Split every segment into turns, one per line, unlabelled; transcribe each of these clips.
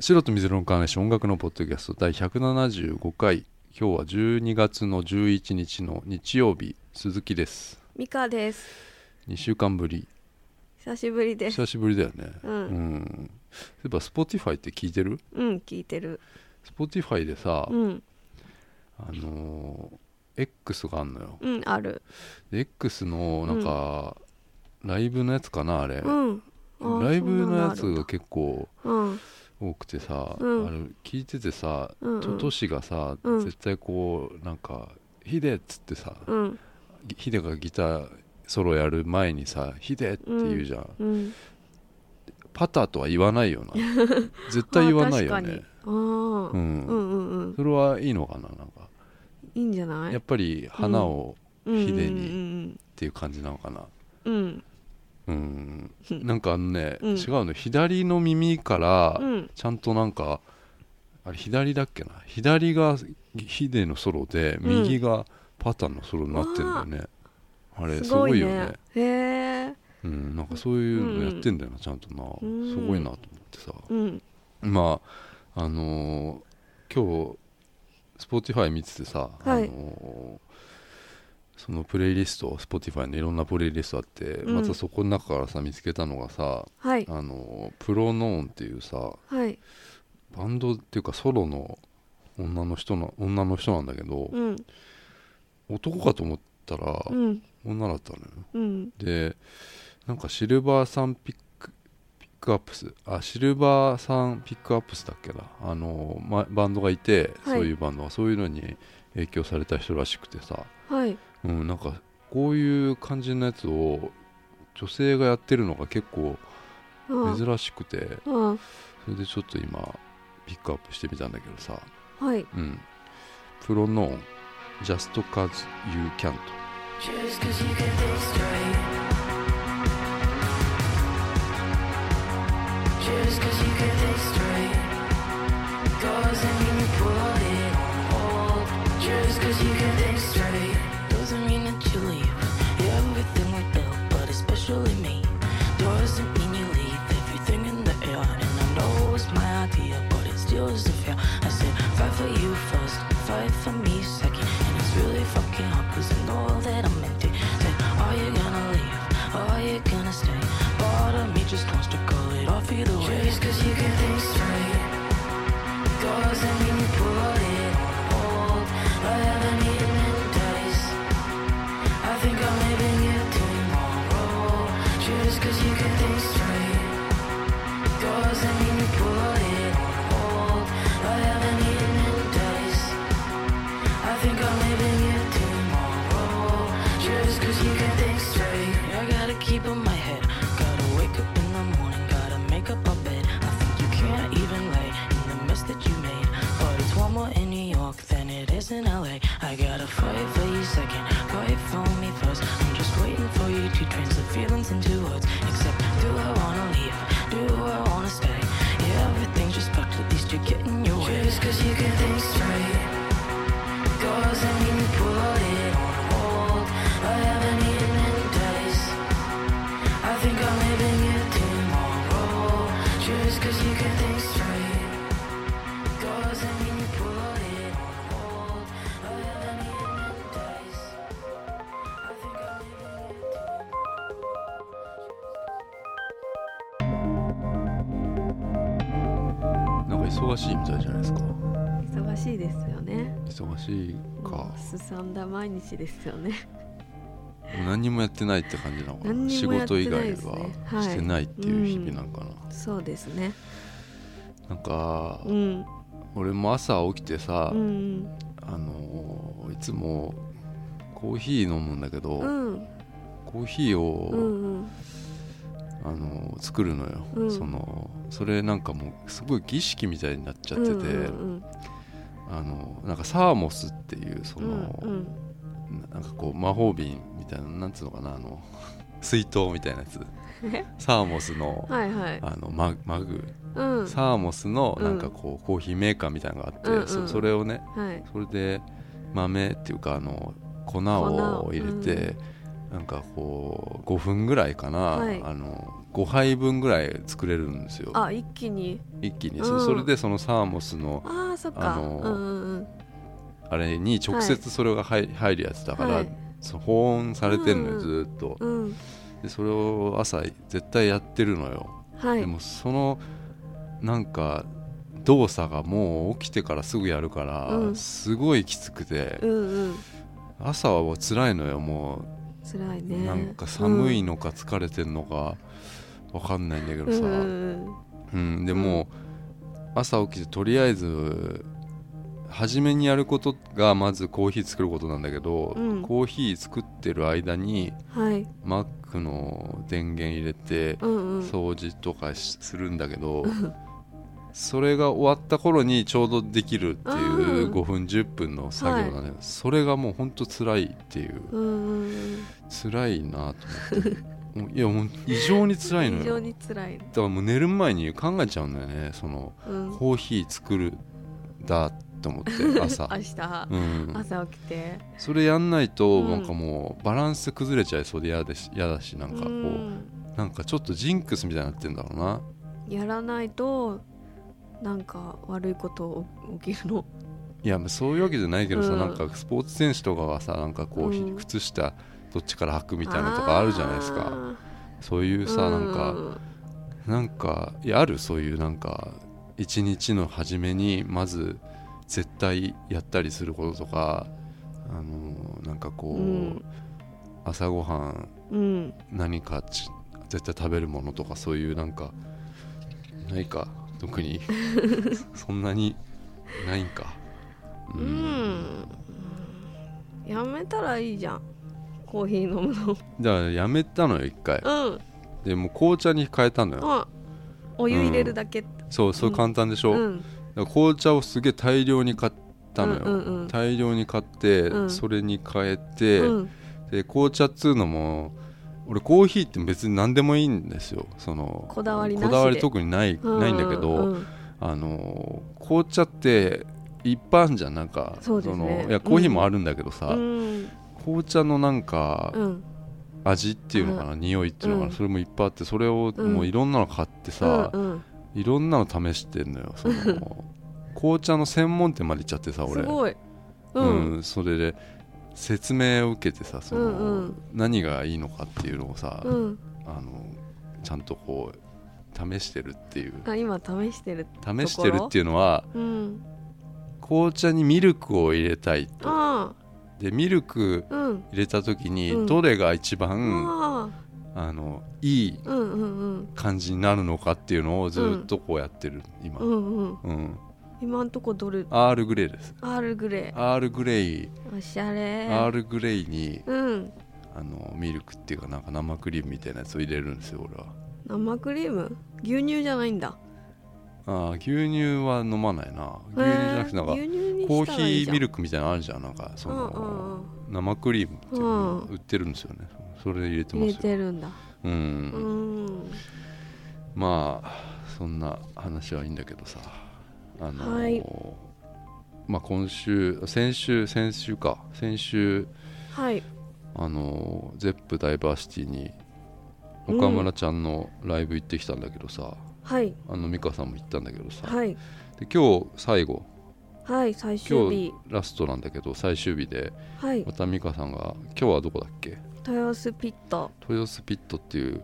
白と水色のカーネーション音楽のポッドキャスト第175回今日は12月の11日の日曜日鈴木です
ミカです
2週間ぶり
久しぶりです
久しぶりだよね
う
うんんそういえば Spotify って聞いてる
うん聞いてる
Spotify でさ、
うん
あのー X があんのよ
うんある
で X のなんか、ライブのやつかなあれ、
うんあ
ライブのやつ
そん
が
なあるんだ
結構
うん
多くてさ、
うん
あれ聞いててさ、
うんうん
とトシがさ、
うん
絶対こうなんか「ヒデ」っつってさ、
うん
ぎヒデがギターソロやる前にさ「ヒデ」って言うじゃん、
うん
パターとは言わない よな絶対言わないよね、う
あー確かに
ん
あーうんうんうん
それはいいのかななんか
いいんじゃない
やっぱり花を
うん
ヒデ
に
っていう感じなのかな
うん
うん、
うん
なんかあのね、
うん
違うの左の耳から
うん
ちゃんとなんか、あれ左だっけな左がヒデのソロで
うん
右がパターンのソロになってんだよね、あれす
す
ご
ご
い
い
よ
ね
ね
へえ
うん、なんかそういうのやってんだよな、ちゃんとな、
うん
すごいなと思ってさ
うん
まああのー今日 Spotify 見ててさ、
はい
あのーそのプレイリスト Spotify のいろんなプレイリストあって、
ん
またそこの中からさ見つけたのがさ
はい
あのープロノーンっていうさ
はい
バンドっていうかソロの女の人の女の人なんだけど、
うん
男かと思ったら
うん
女だったのよ
うん
でなんかシルバーさんピックピックアップスあシルバーさんピックアップスだっけなあの、ま、バンドがいて、
は
そ
い
ういうバンドがそういうのに影響された人らしくてさ、
はい
うん、なんかこういう感じのやつを女性がやってるのが結構
あー
珍しくて
あー
それでちょっと今ピックアップしてみたんだけどさ、
はい
うん、プロノーン Just Cause You Can't
Just cause you get this right. Just cause you get this right. Doesn't mean you put it on hold. Just cause you get this right. Doesn't mean that you leave everything we built, but especially me. Doesn't mean you leave everything in the air. And I know it's my idea, but it still isn't fair. I said, fight for you first, fight for me second. And it's really fucking hard, cause I know that I'm empty. Said, are you gonna leave? Are you gonna stay? Part of me just wants to call it off either way. Just cause you get things straight. Doesn't mean you put it on hold. I haven't eaten in days. I think I'm leaving you tomorrow. Just cause you get things straight. Doesn't mean you put it on hold. I haven't eaten in days. I think I'm leaving you tomorrow. Just cause you get things straight. I gotta keep in my head. Gotta wake up in the morning. Gotta make up a bed. I think you can't even lay in the mess that you made. But it's one more in New York than it is in LA. I gotta fight for you second. Fight for me first. I'm just waiting for you to transfer feelings into words. Except, do I wanna leave? Do I wanna stay? Yeah, everything's just fucked. At least you're getting your way. Just cause you get things straight. Doesn't mean you put it on hold. I haven't eaten in days. I think I'm leaving you tomorrow. Just cause you get things straight. Doesn't mean you put it on hold. I haven't eaten in days. I think I'm leaving you tomorrow.
なんか忙しいみたいじゃないですか
忙しいですよね
忙しいか
もうすさんだ毎日ですよね
何にもやってないって感じなのかな
何に
仕
もやって
事
ない
以外
ですねは
はいしてないっていう日々なんかな、
そうですね
なんか、
うん
俺も朝起きてさ、
うん
あのーいつもコーヒー飲むんだけど、
うん
コーヒーを、
うん
あのー作るのよ、
うん
そのそれなんかもうすごい儀式みたいになっちゃ
や
ってて、
うん
あのーなんかサーモスっていうそ
うん
の、
うんうん
ななんかこう魔法瓶みたいななんつうのかなあの水筒みたいなやつ
え
サーモスの
はいはい
あのママグ
うん
サーモスのなんかこう、コーヒーメーカーみたいなのがあって、
うんうん
そそれをね
はい
それで豆っていうかあの粉
粉を
を入れて、なんかこう5分ぐらいかな、
はい
あの5杯分ぐらい作れるんですよ
あ一気に
一気に、そ
うん
それでそのサーモスの
あーそっか、
あのー
うんうんうん
あれに直接それが入,、入るやつだから、
はい
そう保温されてんの
うん
よずーっと、
うん
でそれを朝絶対やってるのよ、
はい
でもそのなんか動作がもう起きてからすぐやるから、
うん
すごいきつくて、
うんうん
朝はもう辛いのよも、
辛いうね
なんか寒いのか疲れてんのかわかんないんだけど
うんう
さ、
んう
うん
ん
でも朝起きてとりあえず初めにやることがまずコーヒー作ることなんだけど、
うん
コーヒー作ってる間に
うんはい
マックの電源入れて、
うんうん
掃除とかしするんだけどそれが終わった頃にちょうどできるってい
あー
う5分10分の作業なのよ、それがもうほんと辛いっていう
うんうんうん
辛いなと思 ってもういやもう異常に辛いの
非常
よだ
に辛い
からもう寝る前に考えちゃうんだよねその
うん
コーヒー作るだと思 って朝
明日
うん、
朝起きて
それやんないと
うん
なんかもうバランス崩れちゃいそうで嫌でし嫌だしなんかこ
う
うんなんかちょっとジンクスみたいになってんだろうな
やらないとなんか悪いこと起きるの
いやまあそういうわけじゃないけどさ、
うん
なんかスポーツ選手とかはさなんかこう、ひ
うん
靴下どっちから履くみたいなとかあるじゃないですかそういうさ、
う
なんかなんかいやあるそういうなんか一日の初めにまず絶対やったりすることとかあのなんかこう、
うん
朝ごはん
うん
何かち絶対食べるものとかそういうなんかないか特 にそんなにないんか
うん、うんやめたらいいじゃんコーヒー飲む
だ
の
からやめたのよ一回
うん
でもう紅茶に変えたのよ
あお湯入れるだけ
そうそう簡単でしょ、
うん
だから紅茶をすげえ大量に買ったのよ、
うんうんうん
大量に買って、
うん
それに変えて、
うん
で紅茶っつうのも俺コーヒーって別に何でもいいんですよその
こだわりなし
こ
で
だわり特にない,、
う
ないんだけど、
うん
あのー紅茶って一般じゃんなんか
そうですね
のいやコーヒーもあるんだけどさ、
うん
紅茶のなんか、
うん
味っていうのかな、匂いっていうのかな、
うん
それもいっぱいあってそれを
うん
もういろんなの買ってさ、
うんうん
いろんなの試してんのよそ の紅茶の専門店まで行っちゃってさ
す
俺
ごいうん
うんそれで説明を受けてさその、
うんうん
何がいいのかっていうのをさ、
うん
あのちゃんとこう試してるっていう
あ今試してる
試してるっていうのは
うん
紅茶にミルクを入れたい
あ
でミルク
あうん
入れた時
うん
にどれが一番、
あ
あのいい
あうんうんうん
感じになるのかっていうのをずっとこうやってる、今、
う
うん
んうん今んとこどれ
アールグレイです
アールグレ
アールグレイ、
ーおしゃれ
アールグレイに
うん
あのミルクっていうかなんか生クリームみたいなやつを入れるんですよ俺は
生クリーム牛乳じゃないんだ
あー牛乳は飲まないな牛乳じゃなくてなんか
へえ牛乳に
コー
した
ヒ
らいいじ
ー
ゃん
ミルクみたいなのあるじゃんなんかその、
うんうんうん
生クリームっていうの
う
売
ん
ってるんですよねそれ入れてま
入
す
れ
よ
てるんだ
うん
う、ん
まあそんな話はいいんだけどさあのー
はい
まあ今週先週先週か先週
はい
あのーゼップダイバーシティに岡村ちゃんのライブ行ってきたんだけどさ、
はい
あの美香さんも行ったんだけどさ、
はい
で今日最後
はい最終
今
日
日ラストなんだけど最終日で
はい
また美香さんが今日はどこだっけ
豊洲ピット
豊洲ピットっていう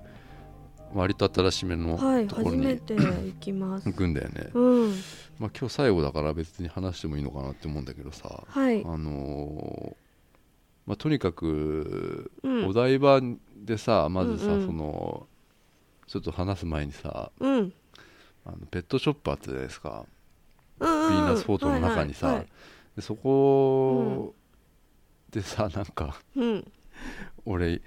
割と新しめの
はい
ところ
初
に
めて行きます
行くんだよね、
うん
まあ、今日最後だから別に話してもいいのかなって思うんだけどさ、
はい
あのーまあ、とにかく
うん
お台場でさ、まずさ、
うんうん
そのちょっと話す前にさ
うん
あのペットショップあったじゃないですか、
うんうん
ヴィーナスフォートの中にさ、
はいはい
でそこでさなんか
はいうん
俺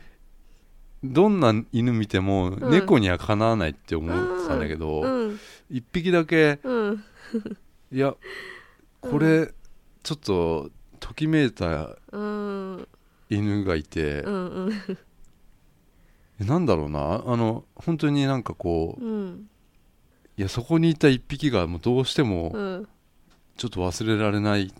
どんな犬見ても
ん
猫にはかなわないって思ってたんだけど、
うん
一匹だけ
うん
いやこれ、ちょっとときめいた
うん
犬がいて、
うんうん
えなんだろうなああの本当になんかこう、い
うん
やそこにいた一匹がもうどうして
う
も
ん
ちょっと忘れられない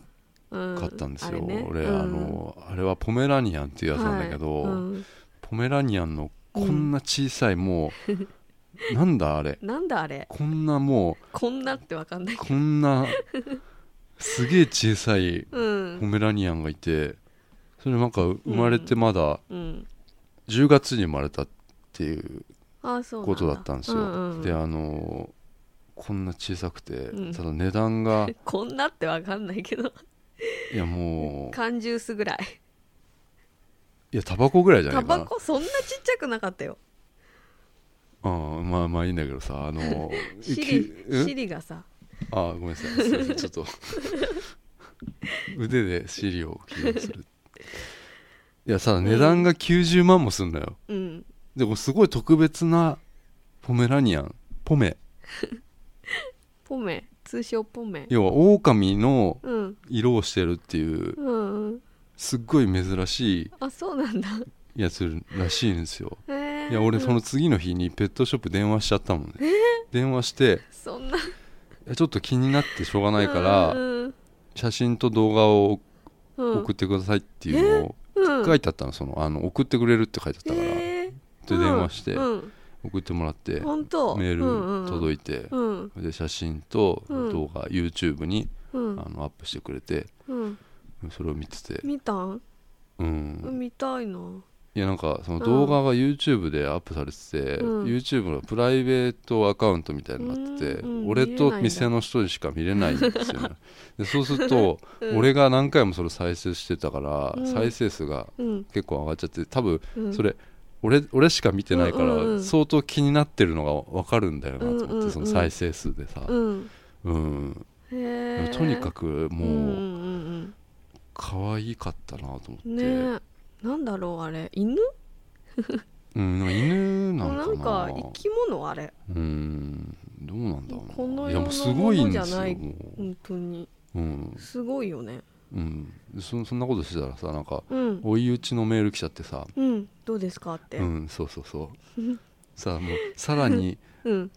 うん
かったんです
あ
よ、
れね
俺、
うん
あのあれはポメラニアンっていうやつなんだけど、
はいうん
ポメラニアンのこんな小さい、もう なんだあれ
なんだあれ
こんなも
こんなってわかんないう
こんなすげえ小さいうポ
ん
メラニアンがいてそれなんか生まれてまだ
うん
10月に生まれたっていう
あそうなん
ことだったんですよ、
うんうん
であのーこんな小さくて、
うん
ただ値段が
こんなってわかんないけど
いや もう
缶ジュースぐらい
いやタバコぐらいじゃな
タ
いか
バ
な
コそんなちっちゃくなかったよ
うん、まあまあいいんだけどさあ の
シ
きうん
リシリがさ
あごめんなさいすいませんちょっと 腕でシリを起動するいやさ値段が90万もすんだよ
うん
でこれすごい特別なポメラニアンポメ
ポメ通称ポメ
要はオオカミの
うん
色をしてるっていう
うんうん
すっごい珍し
あそうなんだ
いやつらしいんですよ
へえ
いや俺その次の日にペットショップ電話しちゃったもんね電話して
そんない
やちょっと気になってしょうがないから
うん
写真と動画を
うん
送ってくださいっていうのを
うん
書いてあったのそのあの送ってくれるって書いてあったから
へえ
で電話して
うんうん
送ってもらって
本当
メール届
い
いて
うんうん
で写真と
うん
動画 YouTube に
うん
あのアップしてくれて
うん
それを見てて
見たん
うん
見たいな。
いやなんかその
うん
動画が YouTube でアップされてて
うん
YouTube のプライベートアカウントみたいになってて
うんうん
俺
見れ
と
ないんだ
店の人にしか見れないんです よねでそうすると
うん
俺が何回もそれ再生してたか
う
ら
ん
再生数が
うん、
結構上がっちゃって多分
うん、
それ俺俺しか見てないか
うんうんう
ら
ん
相当気になってるのが分かるんだよなと思って、
うんうんうん
その再生数でさ、
うん、
うん
へえ。
とにか
く
く
うん
もう
うん
可愛かったなと思って、
うん、ねえ、なんだろうあれ、犬？
うん、なんか犬な
なん
のかな
か生き物あれ、
うんどうなんだろうな
この
い
世
や
の
もうすごいんです
ものじゃ
よ
ない
もう
本当に
うん、
すごいよね。
うん、そそんなことしてたらさなんか
うん、
追い打ちのメール来ちゃってさ
うん、どうですかって。
う
うん、
んそうそうそうさあもうさらに
うん、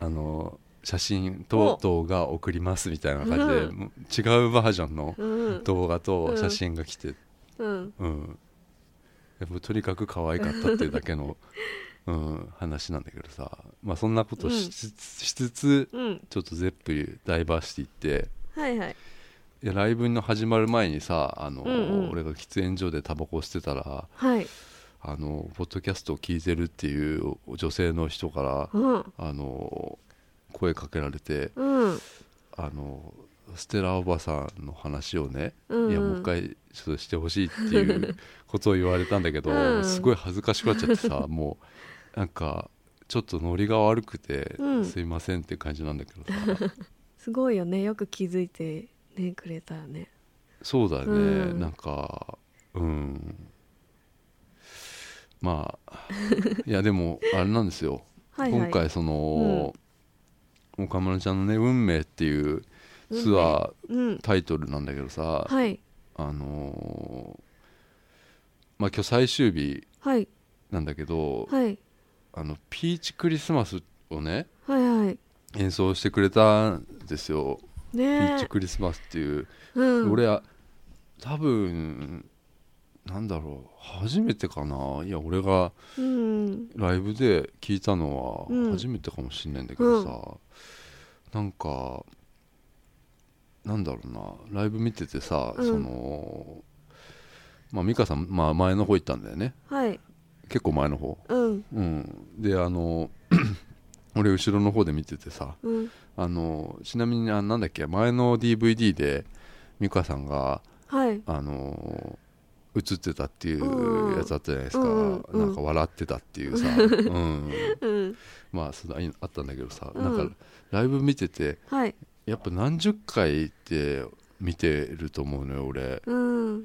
あの写真と
お
動画送りますみたいな感じで、
うん
もう違うバージョンの
うん、
動画と写真が来て、
うん、
うんやっぱとにかく可愛かったっていうだけ の、うん、話なんだけどさ、まあ、そんなことし,、
うん
しつつ
うん、
ちょっとゼップリダイバーシティって
はいはい。
いやライブの始まる前にさあの、
うんうん
俺が喫煙所でタバコを吸ってたら
はい。
あのポッドキャストを聞いてるっていう女性の人から、
うん。
あの声かけられて。
うん。
あのステラおばさんの話をね、
うん
いやもう一回ちょっとしてほしいって いうことを言われたんだけど、
うん
すごい恥ずかしくなっちゃって さもうなんかちょっとノリが悪くて、
うん
すいませんって感じなんだけど さ
すごいよね。よく気づいてねくれたよね。
そうだね、
うん
なんかうんま あいやでもあれなんですよ
はいはい。
今回その、岡村ちゃんのね「運命」っていうツアー
うん。
タイトルなんだけどさ、
はい
あのーまあ今日最終日
はい
なんだけど、
はい
あのピーチクリスマスをね
はいはい。
演奏してくれたんですよ、ピー
ね
チ
え。
クリスマスっていう、
うん。
俺は多分なんだろう初めてかないや俺が
うん。
ライブで聞いたの
う
は
ん
初めてかもしれないんだけどさ、なんかなんだろうなライブ見ててさ、
うん
そのまあ美香さん、まあ、前の方行ったんだよね
はい。
結構前の方
うん。
うんであの 俺後ろの方で見ててさ
うん。
あのちなみにあなんだっけ前の DVD で美香さんが
はい。
あの映ってたってい
うん
うやつあったじゃないですか、
うんう
な
ん
んか笑ってたって いうさ、うん、
うん。
まあそれあったんだけどさ、
うん
なんかライブ見てて
はい。
やっぱ何十回って見てると思うのよ俺
うん。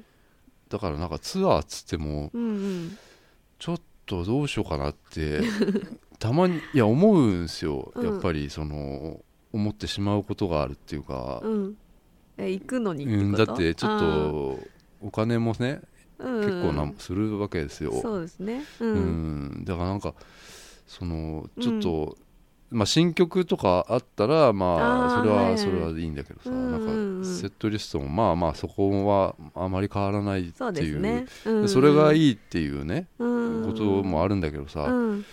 だからなんかツアーっつっても
うんうん。
ちょっとどうしようかなって たまにいや思うんですよ、
うん
やっぱりその思ってしまうことがあるっていうか、
うん。え、行くのに
うん
こと
だってちょっ、とお金もね
あーうん
結構なするわけですよ、
そうですね。う
うん
ん。
だからなんかそのちょっと、まあ、新曲とかあったらま
あ
あそ
ー
れ
はいは
はいそれはいいんだけどさ、
うんうんうん
なんかセットリストもまあまあそこはあまり変わらないって
そうで
い
す
う
ね。
でそれが
い
いいっていうね、
こ
こともあるんだけど
た
さ、
うん。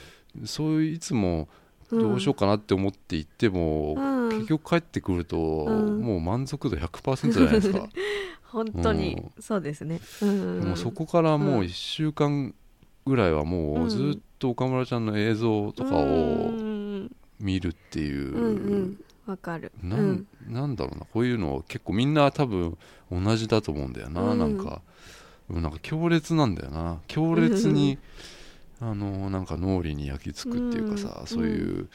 そういういつもどうしよう
か、
かなって思って行っても、
うん
結局帰ってくると、
うん
もう満足度100%じゃないです か
本当に、そうですね、うん
もうそこからもううん1週間ぐらいはもうずっと岡村ちゃんの映像とか
うんう
を
ん
見るっていう、
うんわかる
な
うんん
なんだろうなこういうの結構みんな多分同じだと思うんだよな、
うん
なんかうんなんか強烈なんだよな強烈にあのなんか脳裏に焼き付くっていうかさ、
うん
そういう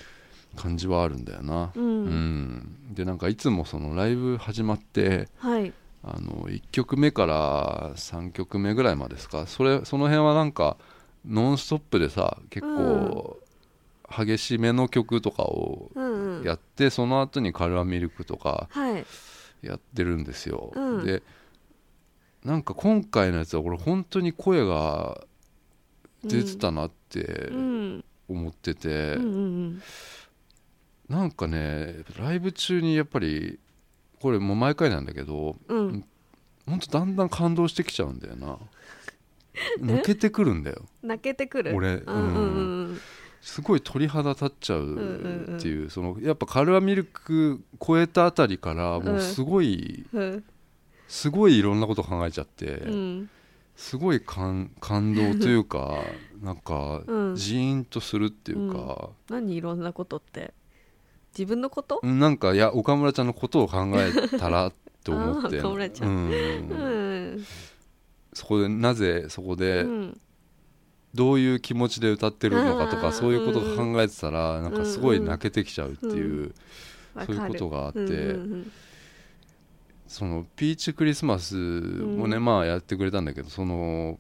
感じはあるんだよな、
う
うん
ん
でなんかいつもそのライブ始まって
はい
あの1曲目から3曲目ぐらいまでですかそれその辺はなんかノンストップでさ結構激しめの曲とかを
うんうん
やってその後にカルアミルクとか
はい
やってるんですよ、
うん
でなんか今回のやつは俺本当に声が出てたなって
うん
思ってて、
うんうん
なんかねライブ中にやっぱりこれもう毎回なんだけど
うんうん
ほんとだんだん感動してきちゃうんだよな 抜けてくるんだよ
泣けてくる
俺
うんうんうん
すごい鳥肌立っちゃ
んうんう
うんっていう,、そのやっぱカルアミルク超えたあたりからもうすごい、
うん
すごいいろんなこと考えちゃって、
うん
すごい感感動というか なんか
うん
ジーンとするっていうか、
何いろんなことって自分のこと
なんかいや岡村ちゃんのことを考えたらと思って
あー岡村ちゃん
う
うんん
そこでなぜそこ
う
で
ん
どういう気持ちで歌ってるのかと
あ
か
ー
そういうことを考えてたらなんかすごい泣けてきちゃうって
う
いう
わ
そういう
か
こ
る
とがあって。
うんうん
そのピーチクリスマスもね、
うん
まあやってくれたんだけどその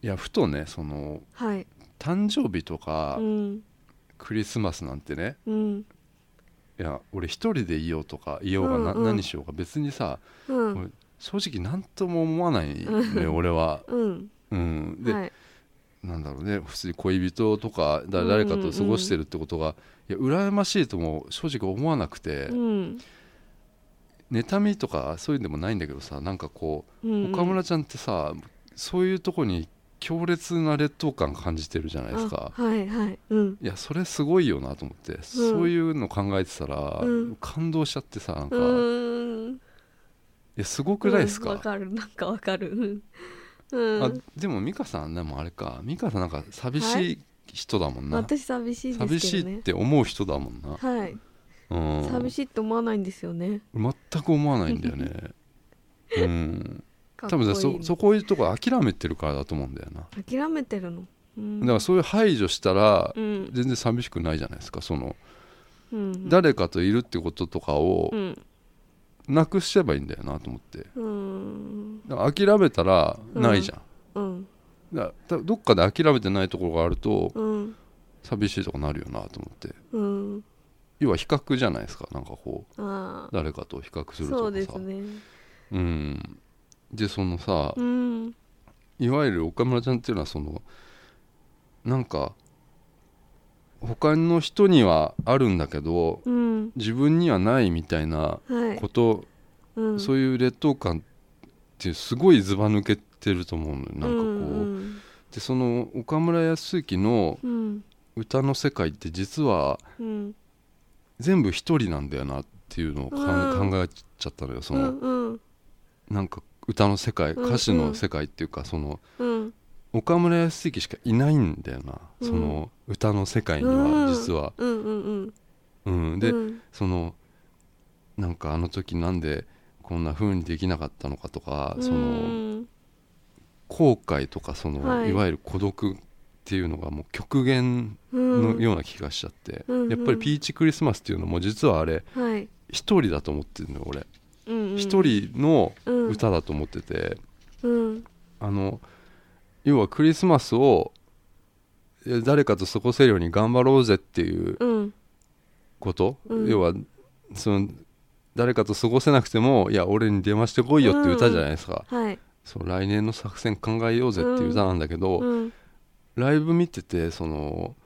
いやふとねその
はい
誕生日とか
うん
クリスマスなんてね、
うん
いや俺一人でいようとかいようがな、
うんうん
何しようか別にさ
うん
正直何とも思わないね、
うん
俺は、
うん
うん、で、
はい
なんだろうね普通に恋人とかだ
うんうん
誰かと過ごしてるってことが、いや羨ましいとも正直思わなくて、
うん
妬みとかそういうのでもないんだけどさなんかこ
う
う、
ん
岡村ちゃんってさそういうとこに強烈な劣等感感じてるじゃないですか
あ。はいはいうん
いやそれすごいよなと思って、そういうの考えてたら、
うん
感動しちゃってさなん
う
か、い
ーん
やすごくないですか、
うんわかるなんかわかるうんう
あ
ん
でも美香さんでもあれか美香さんなんか寂しい人だもんな、
私寂しいで
寂
す
し
けど
いっ
ね
て思う人だもんな、
はい
うん、
寂しいって思わないんですよね
全く思わないんだよ ねうん
かっこ
多
いい
分
の
さそそこいうとこ諦めてるからだと思うんだよな、
諦めてるのうん
だからそういう排除したら
うん
全然寂しくないじゃないですかその
うん
誰かといるってこととかを
うん
なくしちゃえばいいんだよなと思って
うん
だから諦めたらないじゃん、
うん
だからどっかで諦めてないところがあると
うん
寂しいとかなるよなと思って
うん
要は比較じゃないですかなんかこう
ああ
誰かと比較するとかさ
そうですね
うんでそのさ、
うん
いわゆる岡村ちゃんっていうのはそのなんか他の人にはあるんだけど
うん
自分にはないみたいな
はい
こと、
うん
そういう劣等感ってすごいずば抜けてると思うのよなんかこう、
うん
でその岡村康之の
うん
歌の世界って実は
うん
全部一人なんだよなっていうのをかん
うん
考えちゃったのよそ
うんう
の、
ん
なんか歌の世界
うんうん
歌詞の世界っていうかその
うん
岡村康之しかいないんだよな、
うん
その歌の世界には実は、
うんうんうん
うんで、
うん
そのなんかあの時なんでこんな風にできなかったのかとか、そうの
ん
後悔とかその、
はい
い、わゆる孤独っていうのがもう極限
うん
のような気がしちゃって、
うんうん
やっぱりピーチクリスマスっていうのも実はあれ
はい
一人だと思ってるのよ俺
うんうん
一、人の
うん
歌だと思ってて、
うん
あの要はクリスマスをえ誰かと過ごせるように頑張ろうぜっていう
うん
こと、
うん
要はその誰かと過ごせなくてもいや俺に電話してこいよっていう歌じゃないですか、
はい
その来年の作戦考えようぜっていう歌なんだけど、
うん
ライブ見ててその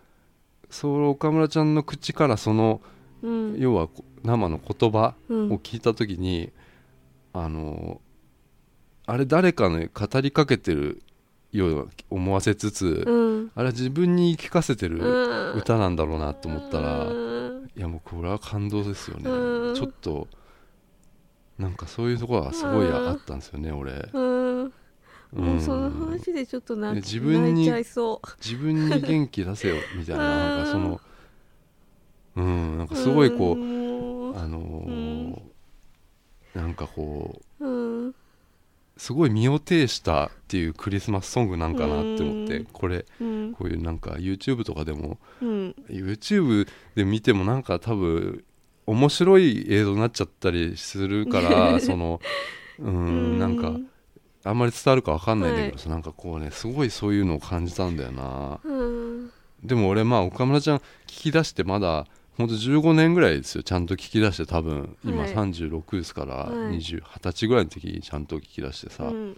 そう岡村ちゃんの口からその
うん
要はこ生の言葉
うん
を聞いた時に、あのあれ誰かの語りかけてるよう思わせつつ、
うん
あれは自分に言い聞かせてる
うん
歌なんだろうなと思ったら、
うん
いやもうこれは感動ですよね、
うん
ちょっとなんかそういうところはすごいあったんですよね、俺、
うん
うん
もうその話でちょっとな
ね自分に
泣いちゃいそ
自分に元気出せよみたいな
うん
なんかそのうんなん
う
かすごいこう、
うんも
あのーなんかこ
ううん
うすごい身を挺したっていうクリスマスソングなんかなって思って
うん
これ
うん
こういうなんか YouTube とかでも
うん
YouTube で見てもなんか多分面白い映像になっちゃったりするから そのう
うんん
なんかあんまり伝わるかわかんないんだけどさ、なんかこうねすごいそういうのを感じたんだよな
うん
でも俺まあ岡村ちゃん聞き出してまだほんと15年ぐらいですよちゃんと聞き出して多分今
はい
36ですから
はい
20 20歳ぐらいの時にちゃんと聞き出してさ、
うん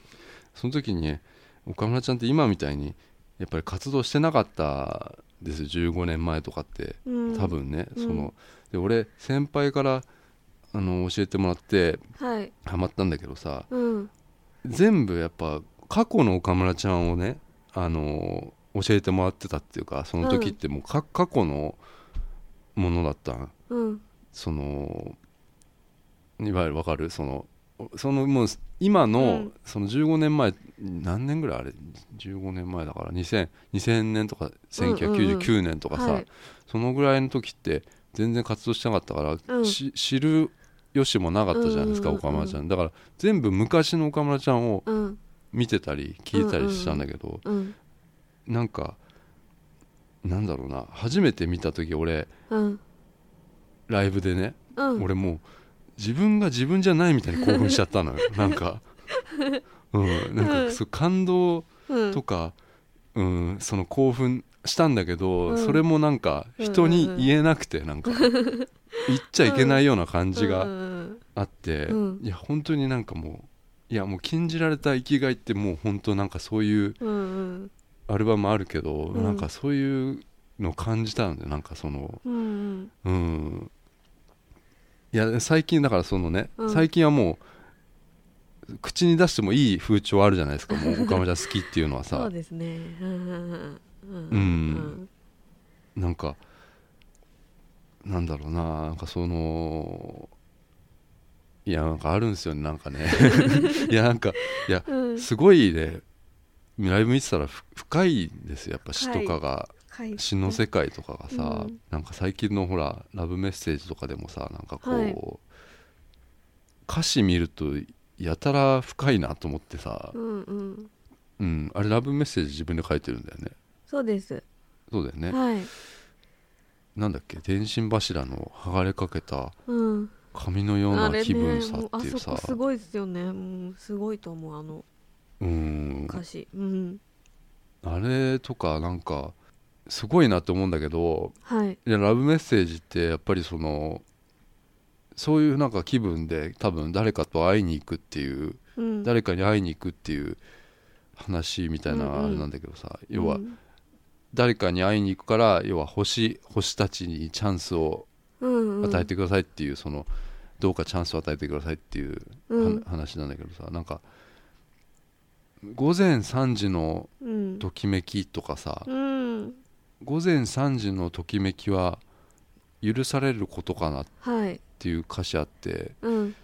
その時にね岡村ちゃんって今みたいにやっぱり活動してなかったです15年前とかって
うん
多分ね、
うん
そので俺先輩からあの教えてもらって
はい
ハマったんだけどさ
うん
全部やっぱ過去の岡村ちゃんをねあの教えてもらってたっていうかその時ってもうか、過去のものだったん
うん
そのいわゆるわかるそのそのもう今の、
うん
その15年前何年ぐらいあれ15年前だから2000 2000年とか1999年とかさ、
はい
そのぐらいの時って全然活動してなかったから、
うん
し知るよしもなかったじゃないですか、
うんうんうん
岡村ちゃんだから全部昔の岡村ちゃんを
うん
見てたり聞いたりしたんだけど、
うん
なんかなんだろうな初めて見た時俺
うん
ライブでね、
うん
俺もう自分が自分じゃないみたいに興奮しちゃったのよなん か、うん、なん
う
か
ん
そう感動
うん
とか、うん、その興奮したんだけど、
うん
それもなんか人に言えなくて なんか言っちゃいけないような感じ
う
が
ん
あって、
うん
いや本当になんかもういやもう禁じられた生きがいってもう本当なんかそういう
うんうん
アルバムあるけど、
うん
なんかそういうの感じたんだよなんかその。
うん
うんいや最近だからそのね、
うん
最近はもう口に出してもいい風潮あるじゃないですかもう岡村ちゃん好きっていうのは
そ
さ
うですねうんうんうん
うんなんかなんだろうななんかそのいやなんかあるんですよねなんか ねいやなんかいや
うん
すごいねライブ見てたらふ深いですよやっぱ詩とかが
はい
詩の世界とかがさ、
うん
なんか最近のほらラブメッセージとかでもさなんかこう、
はい
歌詞見るとやたら深いなと思ってさ
う、んうん
うん、あれラブメッセージ自分で書いてるんだよね
そうです
そうだよね、
はい
なんだっけ電信柱の剥がれかけた
うん
紙のよう
あ
な
れ
気分
ね
さ
もう
っ
あ
ていう
そ
さ
こすごいですよねもうすごいと思うあの
うん
歌詞うん
あれとかなんかすごいなって思うんだけど
はい
いやラブメッセージってやっぱりそのそういうなんか気分で多分誰かと会いに行くっていう
うん
誰かに会いに行くっていう話みたい
うんう
なんあれなんだけどさ、
うん
要は誰かに会いに行くから要は星星たちにチャンスを
うんうん
与えてくださいっていう、そのどうかチャンスを与えてくださいっていうは、
うん
話なんだけどさなんか午前3時の
うん
ときめきとかさ、
うん
午前3時のときめきは許されることかなっ
はい
ていう歌詞あって
うん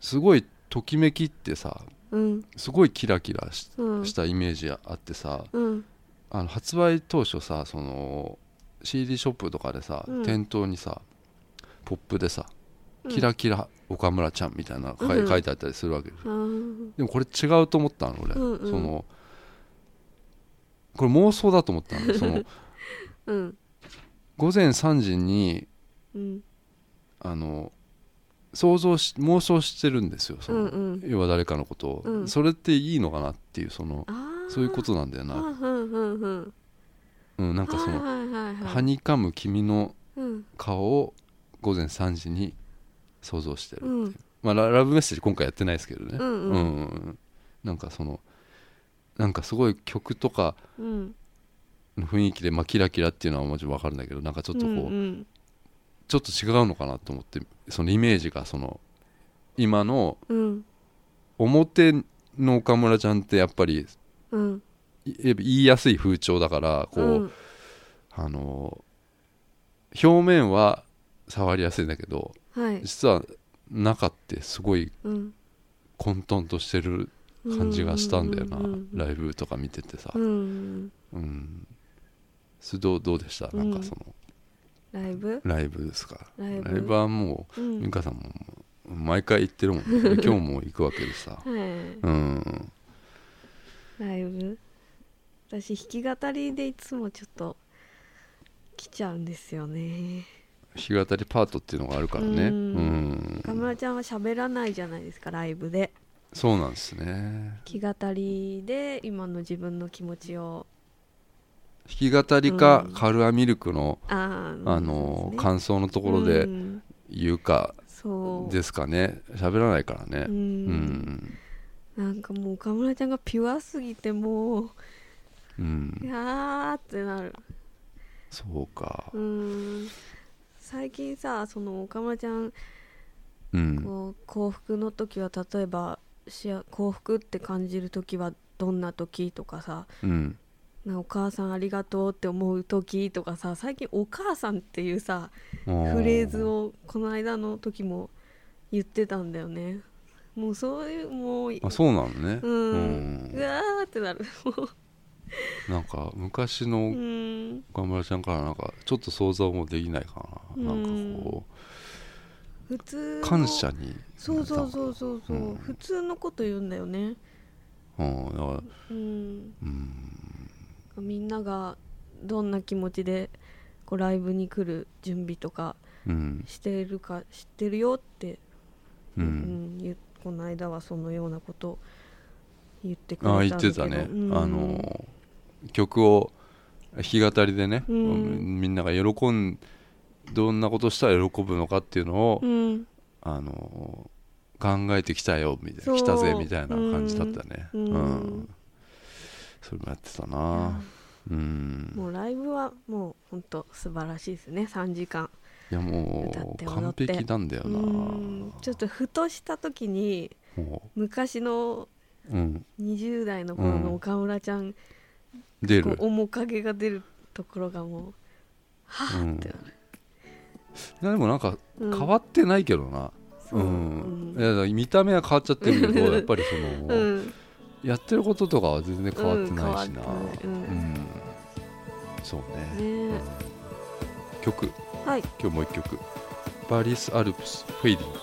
すごいときめきってさ
うん
すごいキラキラし
うん
したイメージあってさ、
うん
あの発売当初さその CD ショップとかでさ、
うん
店頭にさポップでさ「
うん
キラキラ岡村ちゃん」みたいなの書い,、
うん
書いてあったりするわけです
あー
でもこれ違うと思ったの俺、
うんうん
そのこれ妄想だと思った のその
うん
午前3時に
うん
あの想像し妄想してるんですよその、
うんうん
要は誰かのことを、
うん
それっていいのかなっていうその
あ
そういうこととなんだよな、
うんうんうん
うん、なんかその
はいはいはい
「
はい
はにかむ君の
うん
顔を午前3時に想像してる、
うん
まあ、ララブメッセージ今回やってないですけどね
うんうん
うんうんなんかそのなんかすごい曲とか
うん
の雰囲気で、まあ、キラキラっていうのはもちろん分かるんだけどなんかちょっとこう、
うんうん
ちょっと違うのかなと思ってそのイメージがその今の
うん
表の岡村ちゃんってやっぱり
うん
い言いやすい風潮だからこう、
うん
あの表面は触りやすいんだけど
はい
実は中ってすごい
うん
混沌としてる感じがしたんだよな、
うんうんうんうん
ライブとか見ててさ、
うんうん
うんそれどうどうでした、なんかその
ライブ
ライブですか
ライブ
はも
う
う、
ん
美香さんももう毎回行ってるもん、 ね、今日も行くわけでさ
はい
うん
ライブ私弾き語りでいつもちょっと来ちゃうんですよね
弾き語りパートっていうのがあるからねう
うんん岡村ちゃんは喋らないじゃないですかライブで
そうなんですね
弾き語りで今の自分の気持ちを
弾き語りか、
うん
カルアミルクの
あー
あの
そうですね
感想のところで
うん
言うか
そう
ですかね喋らないからね
う
うんん
なんかもう岡村ちゃんがピュアすぎてもう
う
い
ん
やーってなる
そうか
うん最近さその岡村ちゃん
うん
こう幸福の時は例えばしあ幸福って感じる時はどんな時とかさ
うん
なお母さんありがとうって思う時とかさ最近「お母さん」っていうさフ
フ
レーズをこの間の時も言ってたんだよねもうそういうもう
あそうなのね
うん、
うん
うわーってなる も
なんか昔
う
の
うん
岡村ちゃんからなんかちょっと想像もできないか
うん
ななんかこ
普通
う
の
感謝に
そうそうそうそうそう、
うん
普通のこと言うんだよね
うんだから
うん
うん
みんながどんな気持ちでこうライブに来る準備とか
うん
してるか知ってるよって、
う
うんん言うこの間はそのようなこと言ってくれ
あ
たん
あ
だけ
言
ど
ってたね、
うん
あの曲を弾き語りでね、
うん
みんなが喜んどんなことしたら喜ぶのかっていうのを、
うん
あの考えてきたよみたい
そ
な
う
来たぜみたいな感じだったねう、
うんん
それもやってたなうん
もうライブはもう本当素晴らしいですね3時間
いやも
歌っ
う
て踊
完
って
璧なんだよ
う
な、
んちょっとふとした時に
も
昔の
う、うん、
20代の頃
うん
の岡村ちゃん、
出
こう
る
面影が出るところがもうはぁってなる、
いやでもなんか
うん
変わってないけどな、
そううんう
い
ん
やだから見た目は変わっちゃってるけどやっぱりその、
うん
やってることとかは全然変わってないしな、
うん変わってないうん
うんそうね、う
ね
ん曲
はい
今日もう一曲バリス・アルプスフェイディング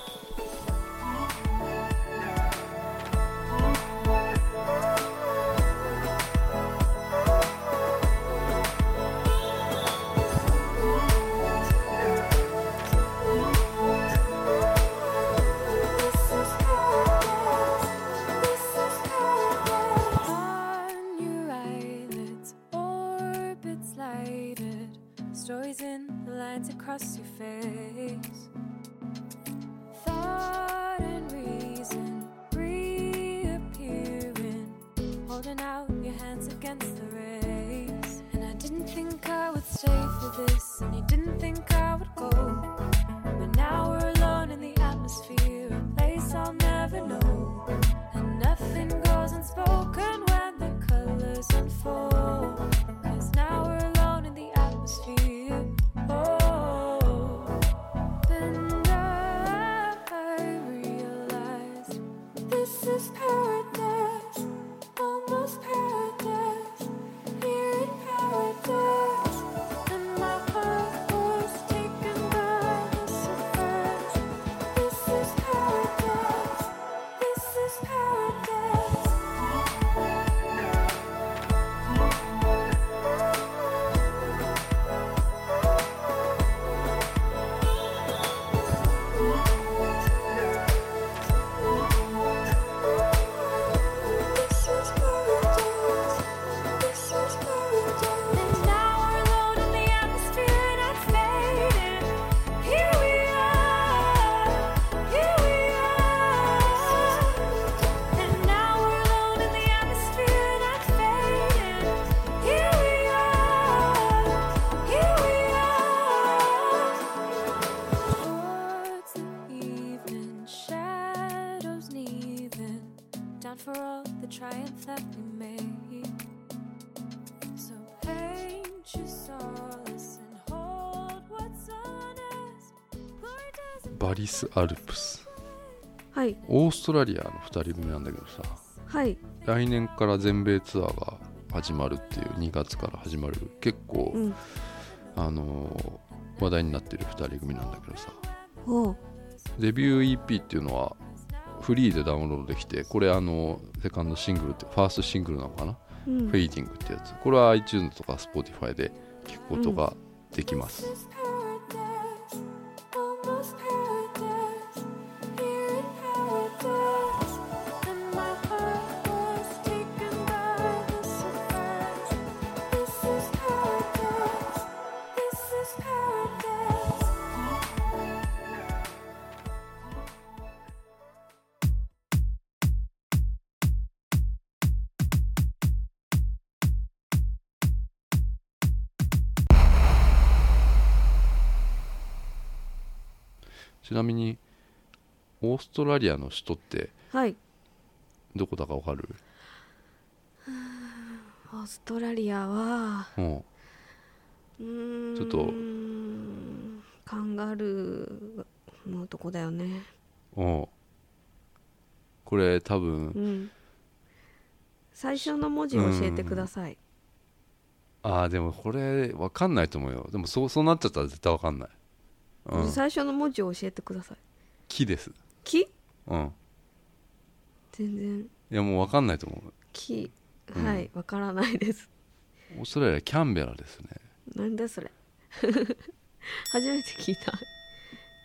Stories in the lines across your face. Thought and reason reappearing, holding out your hands against the race. And I didn't think I would stay for this, and you didn't think I would go. But now we're alone in the atmosphere, a place I'll never know. And nothing goes unspoken when the colors unfold. Cause now we're alone in the atmosphere. Oh, and I realized this is paradise, almost paradise. Here in paradise, and my heart was taken by the surprise. This is paradise. This is paradise. This is paradise. This is paradise. And now we're alone in the atmosphere that's fading. Here we are. Here we are. And now we're alone in the atmosphere that's fading. Here we are. Here we are. Towards the evening, shadows kneeling down for all the triumph that we made.
バリス・アルプス
はい
オーストラリアの2人組なんだけどさ
はい
来年から全米ツアーが始まるっていう2月から始まる結構、
うん
あのー話題になってる2人組なんだけどさ
おう
デビュー EP っていうのはフリーでダウンロードできてこれあのセカンドシングルってファーストシングルなのかな、
うん
フェイディングってやつこれは iTunes とか Spotify で聴くことができます、
This is paradise, almost paradise. Here in paradise, and my heart was taken by the surprise. This is paradise. This is paradise.
ちなみにオーストラリアの首都って
はい
どこだかわかる
オーストラリアは
も
うーん
ちょっと
カンガルーのとこだよね
うおうこれ多
う
分
ん最初の文字を教えてください
ああでもこれわかんないと思うよでもそうそうなっちゃったら絶対わかんない、うん、
最初の文字を教えてください
木です
木
うん
全然
いやもうわかんないと思う
木
うん
はいわからないです
オーストラリアキャンベラですね
なんだそれ 初めて聞いた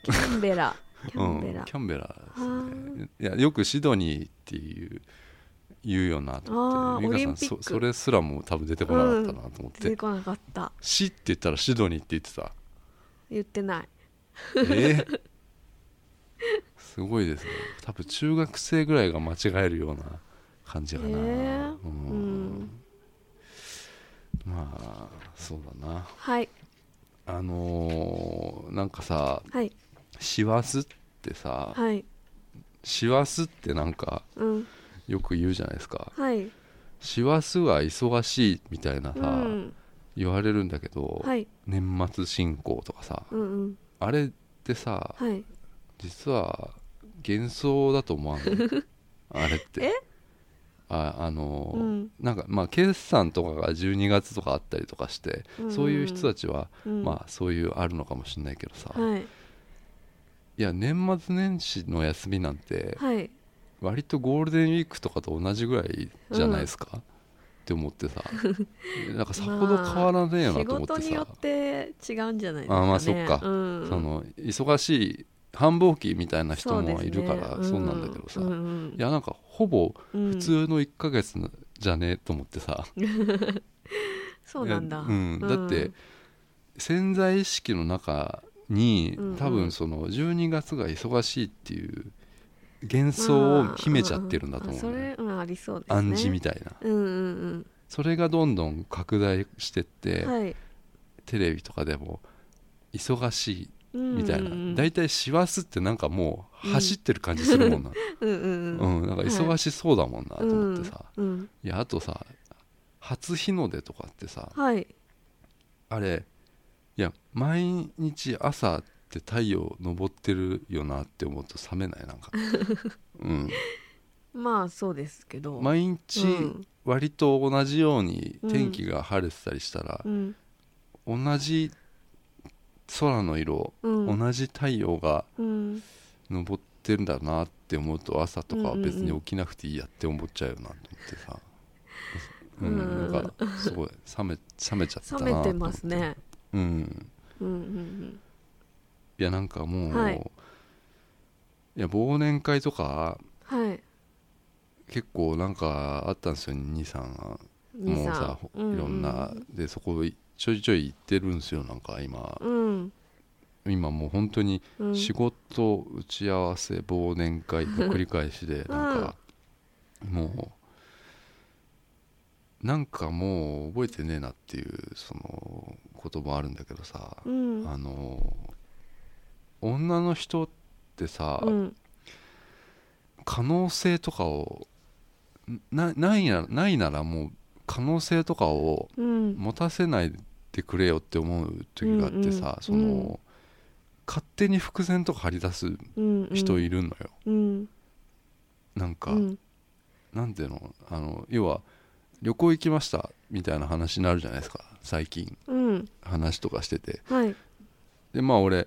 キャンベラキャンベ
う
ラ
ん、キャンベラですねいやよくシドニーっていう言うよなと思って美
あー
香
オリン
さ
ピッ
んそ
ク
それすらも多分出てこなかったなと思って「
出てこなかった
シ」って言ったらシドニーって言って た
言ってない
えーすごいですね多分中学生ぐらいが間違えるような感じかな、
へー
う
うんん
まあそうだな
はい
あのーなんかさ
はい
師走ってさ
はい
師走ってなんか
うん
よく言うじゃないですか
はい
師走は忙しいみたいなさ、
うん
言われるんだけど、
はい
年末進行とかさ、
うんうん
あれってさ
はい
実は幻想だと思わ ないあれって
え
ああの、
うん
なんかまあ決算とかが12月とかあったりとかして、
うん
そういう人たちは、
うん
まあそういうあるのかもしれないけどさ、い、
はい
や年末年始の休みなんて
はい
割とゴールデンウィークとかと同じぐらいじゃないですか、って思って さなんかさほど変わらねえな
仕
と思って
事
さ、
によって違うんじゃないですかね
あまあそっか
うん
その忙しい繁忙期みたいな人
そうで
も
す
い
ね
るからそう,、なんだけどさ、
うん
い
うん
やなんかほぼ
うん
普通の1ヶ月のじゃねえと思ってさ、
そうなんだ
いやうん、だって潜在意識の中に、
うんうん
多分その12月が忙しいっていう幻想を秘めちゃってるんだと思う、ね
まああそれ、うん、ありそうですね
暗示みたいな
うんうん
それがどんどん拡大してって、
うんはい
テレビとかでも忙しいみ
み
たいな
うんうん
大体師走ってなんかもう走ってる感じするもんな、
うんうん
う
うん
ん、なんか忙しそうだもんなと思ってさ、
うんうん
いやあとさ初日の出とかってさ
はい
あれいや毎日朝って太陽昇ってるよなって思うと冷めない なんか、うん、
まあそうですけど
毎日
うん
割と同じように天気が晴れてたりしたら
う、ん
同じ空の色、
うん
同じ太陽が
うん
登ってんだなって思うと朝とかは別に起きなくていいやって思っちゃうよなと思って さ、う
うんんうんうん
なんかすごい冷め冷めちゃったなと
冷
思
め
って
ますね
うん
うんうん
いやなんかもう、
はいい、
や忘年会とか
うんはい
結構なんかあったんですよ兄さんがも
兄
う
さん
さいろんな、でそこちょいちょい行ってるんですよなんか今
うん
今もう本当に
うん
仕事打ち合わせ忘年会の繰り返しでなんか、もうなんかもう覚えてねえなっていうその言葉あるんだけどさ、
うん
あの女の人ってさ、
うん
可能性とかをなないなないならもう可能性とかを
うん
持たせないでくれよって思う時があってさ、
うんうん
その、
うん
勝手に伏線とか張り出す
うんうん、
人いるのよ、
うん
なんか、
うん
なんていうのあの要は旅行行きましたみたいな話になるじゃないですか最近
うん
話とかしてて
はい
でまあ俺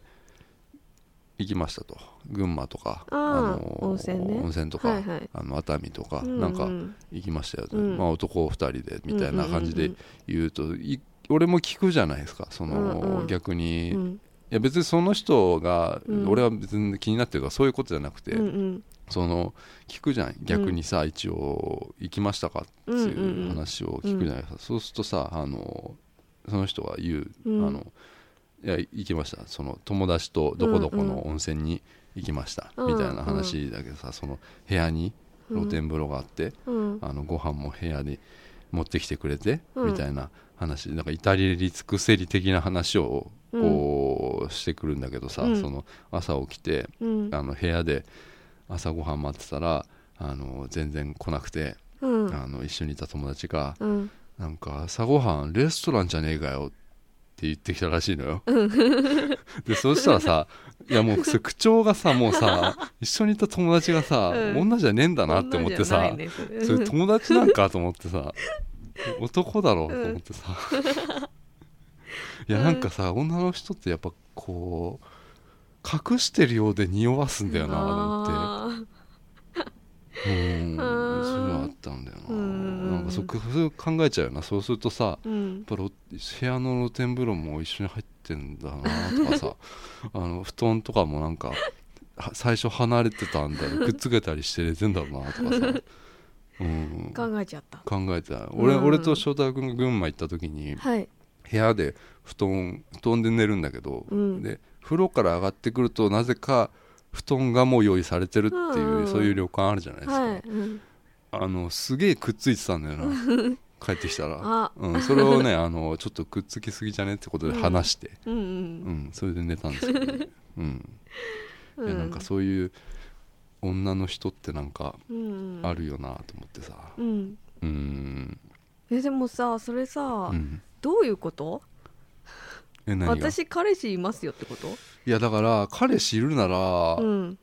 行きましたと群馬とか
あー温泉ね
温泉とか、
はいはい
あの熱海とか、
うう
なんか行きましたよ、
うん
まあ、男2人でみたいな感じで
うん
言うと、い俺も聞くじゃないですかその、
うんうん
逆
う
に、
んう
い
ん
や別にその人が、
うん
俺は別に気になってるからそういうことじゃなくて、
うんうん
その聞くじゃん逆にさ、一応行きましたかって
うん
い
うん
う
うん
話を聞くじゃないですか、そうするとさあのその人が言う、
うん
あのいや行きましたその友達とどこどこの温泉に行きました、
うんうん
みたいな話だけどさその部屋に露天風呂があって、
うん
あのご飯も部屋に持ってきてくれて、
うん
みたいな話なんか至れり尽くせり的な話をこうしてくるんだけどさ、
うん
その朝起きて
うん
あの部屋で朝ごはん待ってたらあの全然来なくて、
うん
あの一緒にいた友達が
うん
「なんか朝ごはんレストランじゃねえかよ」って言ってきたらしいのよ。 でそしたらさいやもうそれ口調がさもう さ一緒にいた友達がさ、
うん
女じゃねえんだなって思ってさ。
女じゃないねそれ
それ友達なんかと思ってさ男だろうと思ってさ、いやなんかさ女の人ってやっぱこう隠してるようで匂わすんだよなと思って
あー
うん
あー
そういうのあったんだよな
うん
なんかそうそう考えちゃうよなそうするとさ
うん
やっぱ露部屋の露天風呂も一緒に入ってんだなとかさあの布団とかもなんかは最初離れてたんだよくっつけたりして寝てんだろうなとかさ、うん、
考えちゃった
考えてた俺,、
うん
俺と翔太君が群馬行った時に
はい
部屋で布団布団で寝るんだけど、
うん
で風呂から上がってくるとなぜか布団がもう用意されてるっていう、
うんうん
そういう旅館あるじゃないですか、
はいうん
あのすげえくっついてたんだよな 帰ってきたら
あ、
うん、それをねあのちょっとくっつきすぎじゃねってことで話して、
うん
うん
うん
それで寝たんですよ、 ねうん、いやなんかそういう女の人ってなんか
うんうん
あるよなと思ってさ
うん
うん、
えでもさそれさ
うん、
どういうこと
え何が
私彼氏いますよってこと
いやだから彼氏いるなら、
うん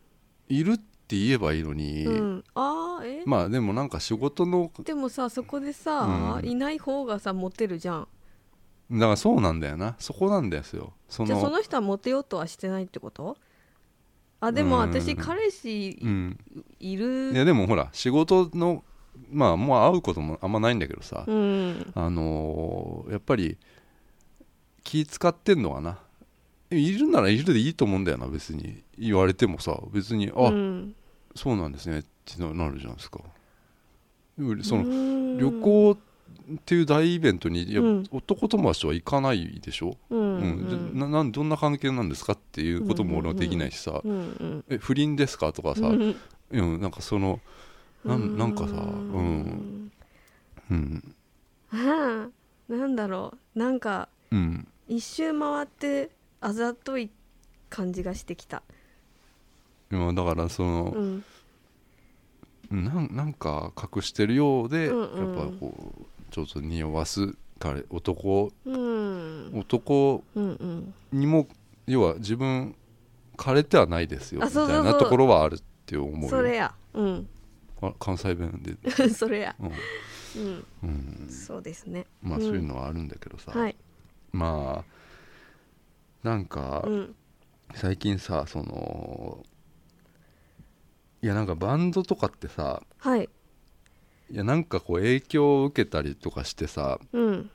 いるって言えばいいのに、
うんああえ
まあでもなんか仕事の
でもさそこでさ
うん
いない方がさモテるじゃん
だからそうなんだよなそこなんですよそ
じゃ
の
あその人はモテようとはしてないってことあでも
うん
私彼氏
うん、
い
いや
る
でもほら仕事のまあもう会うこともあんまないんだけどさ、
うん
あのーやっぱり気使ってんのかないるならいるでいいと思うんだよな別に言われてもさ別にあ、
うん
そうなんですねってなるじゃないですかでもその
の
旅行っていう大イベントにいや、
うん
男友達とは行かないでしょ、
う
うんんでななんどんな関係なんですかっていうことも俺はできないしさ、
うんうん
え不倫ですかとかさ、
う
うん
ん
なんかそのなんなんかさ、うんうん
はあ なんだろうなんか
うん、
一周回ってあざとい感じがしてきた、
今だからその
う、ん、
なんなんか隠してるようで、
うんうん
やっぱこうちょっと匂わす彼男
うん
男
うんうん
にも要は自分枯れてはないですよ
あ
みた
そうそうそう
いなところはあるって思うよ
それやうん
あ関西弁で、
それや
うん
うん
うん、
そうですね
まあ
うん
そういうのはあるんだけどさ、
はい
まあなんか
うん
最近さそのいやなんかバンドとかってさ
はい
いやなんかこう影響を受けたりとかしてさ
うん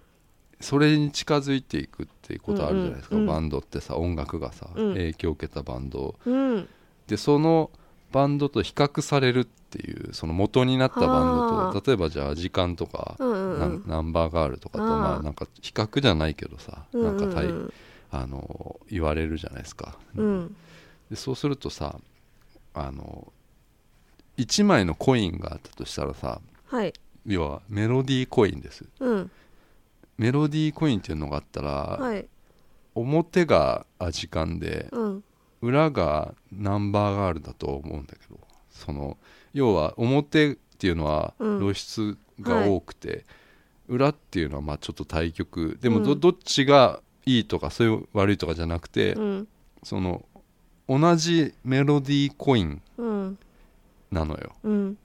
それに近づいていくっていうことあるじゃないですか、
うんうんうん
バンドってさ音楽がさ、
うん
影響を受けたバンド
うん
でそのバンドと比較されるっていうその元になったバンド
あ
と例えばじゃあ「時間」とか、
うんうん
なナンバーガールとかと
あー
まあなんか比較じゃないけどさ
うん
なんか
う
たい
ん
あの言われるじゃないですか、
うん
でそうするとさあの1枚のコインがあったとしたらさ
はい
要はメロディーコインです
うん
メロディーコインっていうのがあったら、
はい
表がアジカンで
うん
裏がナンバーガールだと思うんだけどその要は表っていうのは
うん
露出が多くて、裏っていうのはまあちょっと対局でもど,、
うん
どっちがいいとかそういう悪いとかじゃなくて、
うん
その同じメロディーコイン
うん
なのよ
うん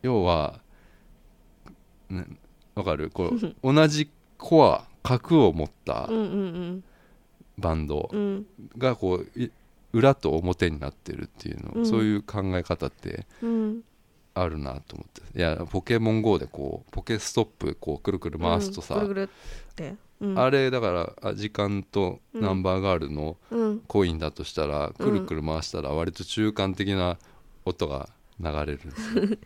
要はねわかるこう同じコア核を持った
うんうん
バンド
うんうん
がこうい裏と表になってるっていうの、
うん
そういう考え方って
うん
あるなと思っていやポケモン GO でこうポケストップこうくるくる回すとさ、
うんぐるぐるって、うん、
あ
れ
れだからあ時間とナンバーガールの
うん
コインだとしたら、
うん
くるくる回したら割と中間的な音が流れるんですよ、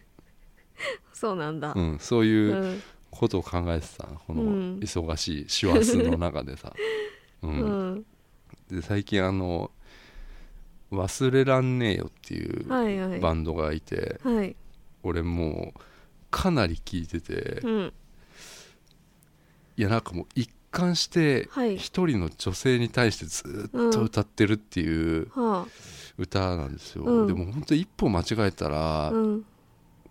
そうなんだ、
うん、そう
う
いうんことを考えてたこの
うん
忙しい師走の中で さ、う
うんん、
で最近あの「忘れらんねえよ」っていう
はいはい
バンドがいて
はい
俺もうかなり聴いてて
うん
いやなんかもう一貫して
はい
一人の女性に対してずっと歌ってるっていう
は
歌なんですよ、
うん
でも本当一歩間違えたら、
あうん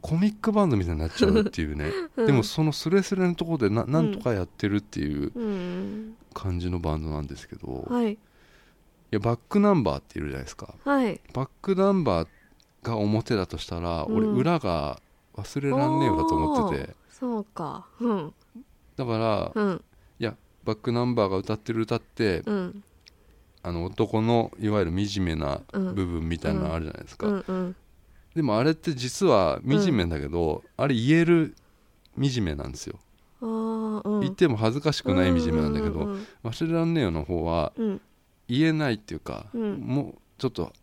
コミックバンドみたいになっちゃうっていうね、
うん
でもそのスレスレのところでななんとかやってるっていう
うん
感じのバンドなんですけど、い
はい
やバックナンバーっているじゃないですか
はい
バックナンバーが表だとしたら、
うん
俺裏が忘れらんねえよだと思ってて
そうかうん
だから、い
うん
やバックナンバーが歌ってる歌って、
うん
あの男のいわゆる惨めな
うん
部分みたいなのあるじゃないですか、
うんうん
でもあれって実は惨めだけど、あれ言える惨めなんですよ、
あーうん
言っても恥ずかしくない惨めなんだけど、
うんうん
忘れらんねえよの方は
うんうん
言えないっていうか、
うん
もうちょっと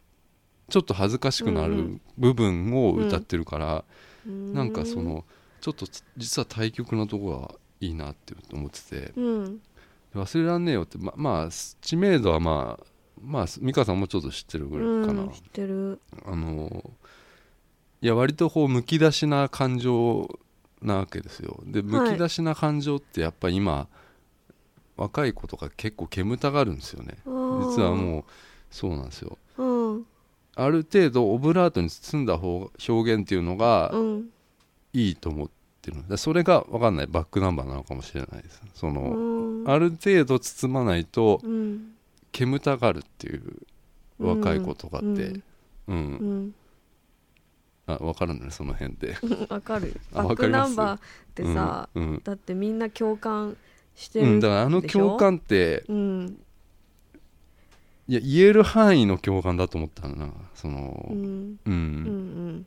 ちょっと恥ずかしくな
うんう
る部分を歌ってるから、
うん
なんかそのちょっと実は対極のところがいいなって思ってて
うん
「忘れらんねえよ」ってままあ知名度はまあまあ美香さんもちょっと知ってるぐらいかな、
うん、知ってる
あのいや割とこうむき出しな感情なわけですよでむき出しな感情ってやっぱ今、若い子とか結構煙たがるんですよね実
実
はもうそうなんですよ
ううん
ある程度オブラートに包んだ方表現っていうのが
うん
いいと思ってるだからそれが分かんないバックナンバーなのかもしれないですその、
うん
ある程度包まないと
うん
煙たがるっていう若い子とかって、
うん
うん
うん
あ分かるんだねその辺で
わかるよ
あ
バ
わ
ッ
か
ク
りま
ナ
す
ンバーってさ、
うんうん
だってみんな共感して
う
る
ん、だからあの
でしょ
共感って
うん
いや言える範囲の共感だと思ったのなその
う
うん、
ん
う
うんうんん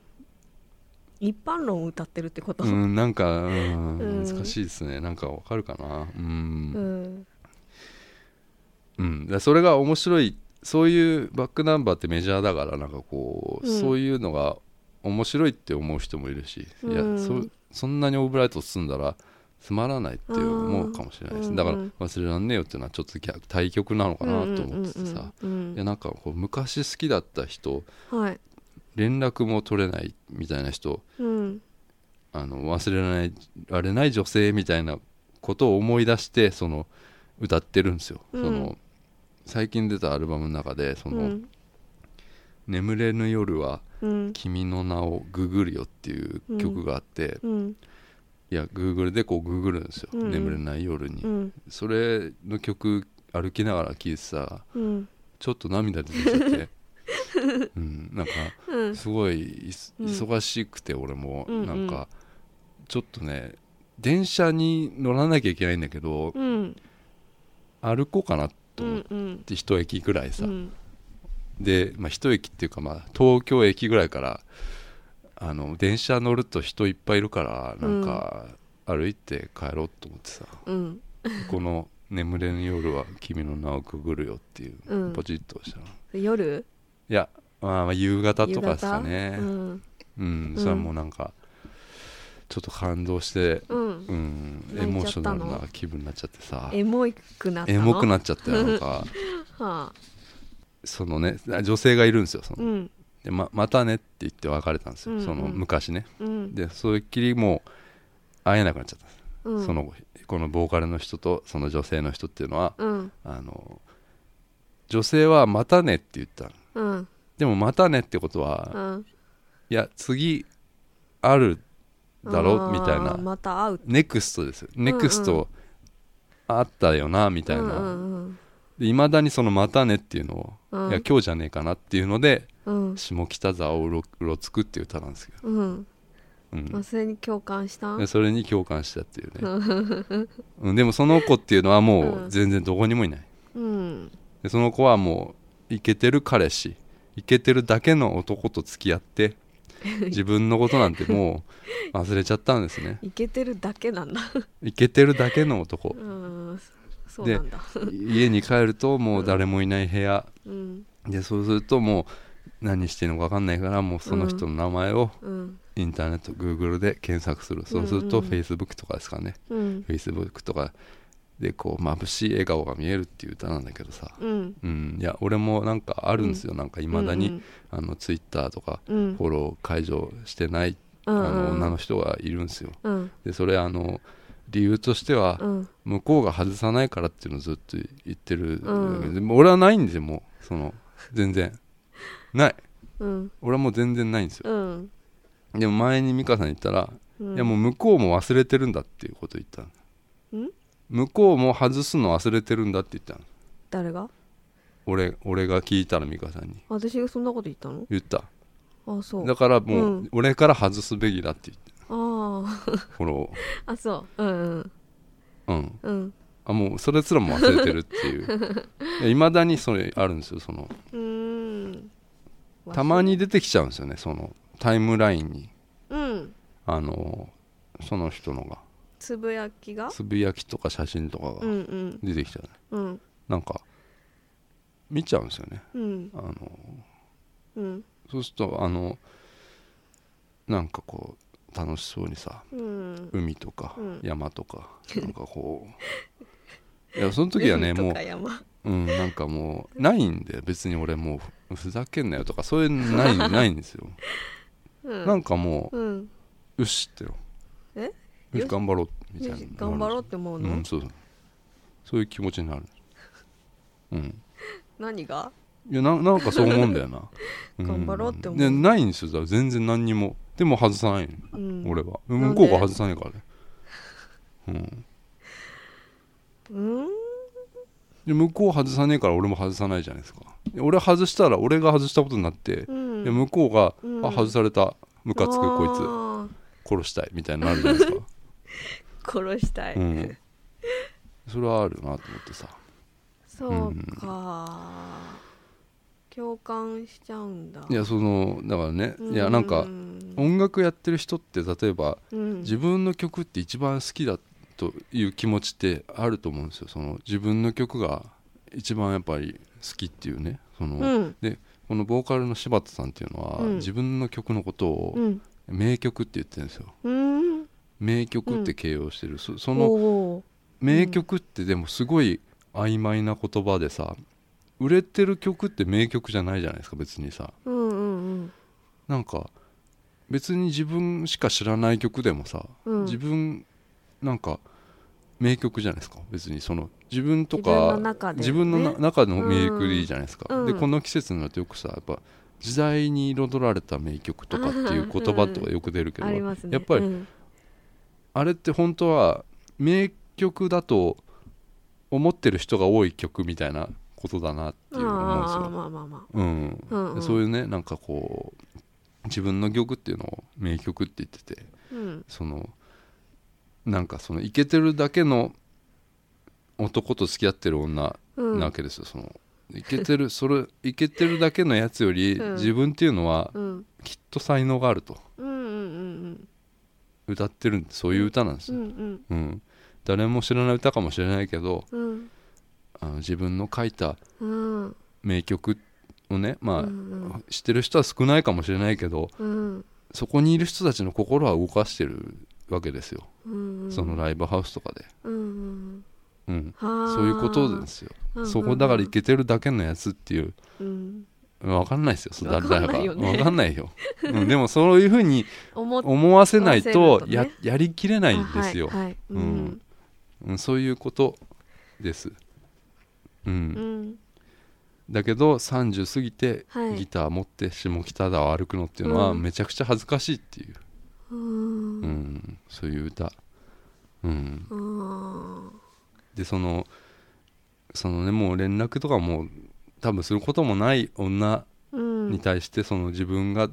一般論を歌ってるってこと
なんか、うん
うん
難しいですねなんかわかるかなうん、
う
うん
ん
だからそれが面白いそういうバックナンバーってメジャーだからなんかこう、
うん
そういうのが面白いって思う人もいるし、
うん
いやそそんなにオブライト包んだらつまらないって思うかもしれないです、
うん
だから
うん
忘れらんねえよっていうのはちょっと逆対極なのかなと思っててさ、
うんうん
いうや
ん
なんかこう昔好きだった人
うんはい
連絡も取れないみたいな人
うん
あの忘れられないられない女性みたいなことを思い出してその歌ってるんですよ、
うん
その最近出たアルバムの中でそうの、
ん
眠れぬ夜は
うん
君の名をググるよ」っていう曲があって、
うん
いやグーグルでこうググるんですよ、
うんうん
眠れない夜に、
うん
それの曲歩きながら聴いてさ
うん
ちょっと涙出てきちゃ って、うん、なんか
うん
すごいいす
うん
忙しくて俺も
うんうん
なんかちょっとね電車に乗らなきゃいけないんだけど
うん
歩こうかなと
う
思っ
んうん
て一駅ぐらいさ
うん
でまあ一駅っていうかまあ東京駅ぐらいからあの電車乗ると人いっぱいいるからなんか歩いて帰ろうと思ってさ
うん
この「眠れぬ夜は君の名をくぐるよ」っていう
うん
ポチッと押したのい
夜
やまあまあ夕方とかですか
う
ね
ん
うん、
うん
それはもうなんかちょっと感動して、
うん
うん、
泣いちゃったの
エモーショナルな気分になっちゃってさ
エモいくなった
エ
の
モくなっちゃったよなん か
はあ
そのね女性がいるんですよその、
うん
でままたねって言って別れたんですよ、
うんうん
その昔ね
うん
でそれっきりもう会えなくなっちゃったんです、
うん
そのこのボーカルの人とその女性の人っていうのは、
うん
あの女性は「またね」って言ったの
うん
でも「またね」ってことは、
うん
いや次あるだろうみたい
あ
な
ーまた会う
ネクストですよ
ん
ネクストあったよなみたいな、
うんうんうん
いまだにその「またね」っていうのを、
うん
いや今日じゃねえかなっていうので
うん
下北沢をうろうろつくっていう歌なんですけど、
うん、
うん
まあ、それに共感したん
でそれに共感したっていうね、 うん、でもその子っていうのはも
うん
う全然どこにもいない
うん
でその子はもうイケてる彼氏イケてるだけの男と付き合 って自分のことなんてもう忘れちゃったんですね
いけてるだけなんだ
イケてるだけの男
うんそうなんだ
家に帰るともう誰もいない部屋
うん
でそうするともう何してるのか分かんないからもうその人の名前を
うん
インターネット Google で検索するそうする
う
と
んうんうん
Facebook とかですかね
うん
Facebook とかでこう眩しい笑顔が見えるっていう歌なんだけどさ
うん
うんいや俺もなんかあるんですよなんかいまだにあの Twitter とか
うんうん
フォロー解除してない
あ
あの女の人がいるんですよ
うん
でそれあの理由としては
うん
向こうが外さないからっていうのをずっと言ってる、
うん
でも俺はないんですよもうその全然ない
うん
俺はもう全然ないんですよ
うん
でも前に美香さんに言ったら、
うん
いやもう向こうも忘れてるんだっていうことを言ったの
ん
向こうも外すの忘れてるんだって言ったの
誰が
俺俺が聞いたら美香さんに
私がそんなこと言ったの
言った
あそう
だ
あ
からもう、
うん
俺から外すべきだって言って
あー
フォロ
あそううん
ーをうん
うん
あもうそれすらも忘れてるって いういまだにそれあるんですよその
うんうーん
たまに出てきちゃうんですよねそのタイムラインに
うん
あのその人のが
つぶやきが
つぶやきとか写真とか
うん
が
うん
出てきちゃう、
うん
なんか見ちゃうんですよね
うん
あの
うん
そうするとあのなんかこう楽しそうにさ
うん
海とか
うん
山とか、なんかこういやその時はね
海と
も
か山
う、うん、なんかもうないんで別に俺もうふざけんなよとかそういうのない ないんですよ
うん
なんかもう、
うん
よしってよよ
え
し
よし
頑張ろうみたい
よ
な
し頑張ろうって思う
う
の
ん、そうそうそういう気持ちになるうん
何が
いやななんかそう思うんだ よなん
頑張ろうって思う
いやないんですよだから全然何にもでも外さないの、
うん
俺は
んで
向こうが外さないからねうん
うん
で向こう外さねえから俺も外さないじゃないですかで俺外したら俺が外したことになって
う、ん
で向こうが、
うん
あ外されたムカつくこ
あー
いつ殺したいみたいになるじゃないですか、
殺したい、
うん、それはあるなと思ってさ
そうか、共感しちゃうんだ
いやそのだからね、
う
いやなんか
うん
音楽やってる人って例えば
うん
自分の曲って一番好きだという気持ちってあると思うんですよその自分の曲が一番やっぱり好きっていうねその、
うん
このボーカルの柴田さんっていうのは、
うん
自分の曲のこと
う
を
ん
名曲って言ってるんですよ
うん
名曲って形容してる、そその
おー
名曲ってでもすごい曖昧な言葉でさ売れてる曲って名曲じゃないじゃないですか別にさ
うんうん
なんか別に自分しか知らない曲でもさ、
うん
自分なんか名曲じゃないですか別にその自分と
自分
か
の中でね
自分のな中の名曲でいいじゃないですか、
うん
で
うん
この季節になるとよくさやっぱ時代に彩られた名曲とかっていう言葉とかよく出るけ
うん
ど、
ありますね
やっぱり
うん
あれって本当は名曲だと思ってる人が多い曲みたいなことだなっていうのを思うんです
ああ
よ。
まあまあま
うん
うんうん
そういうねなんかこう自分の曲っていうのを名曲って言ってて
あうん
そのなんかそのイケてるだけの男と付き合ってる女
うん
なわけですよ、そのイケて るそれイケてるだけのやつより、
うん
自分っていうのは
うん
きっと才能があると
うんうん
歌ってるんでそういう歌なんです
うんう
よ、
ん
うん誰も知らない歌かもしれないけど
うんうん
あの自分の書いた
うん
名曲をねまあ、
うん
知ってる人は少ないかもしれないけど、
うん
そこにいる人たちの心は動かしてるわけですよ、
うん
そのライブハウスとかで、
うんうん
うん、
そ
そういうことですよ、
す
そこだからいけてるだけのやつっていう
うん
分かんないですよそ
わかんないよね
分かん ないよ、うん、でもそういうふうに
思っ
思わせない と
思わせるとね
ややりきれないんですよ、
あはいはいう
う
ん
んうん、そういうことです、うん
うん
だけど30過ぎて
はい
ギター持って下北沢を歩くのっていうのは
うん
めちゃくちゃ恥ずかしいっていう、
うん
うんそういう歌、うん、
あー
でそのそのねもう連絡とかも多分することもない女
うん
に対してその自分が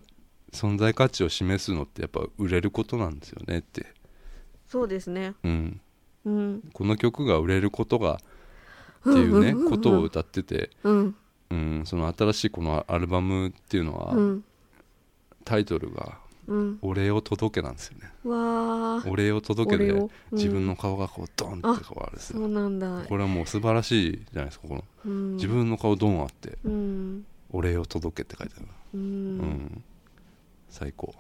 存在価値を示すのってやっぱ売れることなんですよねって、
そうですね
うん、
うん
この曲が売れることがっていうね
うんうんうんうん
ことを歌ってて、
うん
うん、その新しいこのアルバムっていうのは、
うん
タイトルが
うん
「お礼を届け」なんですよね
わあ
お礼を届けで、
俺をうん
自分の顔がこうドンって変わるんです
そ
よ
うなんだ、
これはもう素晴らしいじゃないですかこの、
うん、
自分の顔ドンあって
うん
「お礼を届け」って書いてある
うん、
うん、最高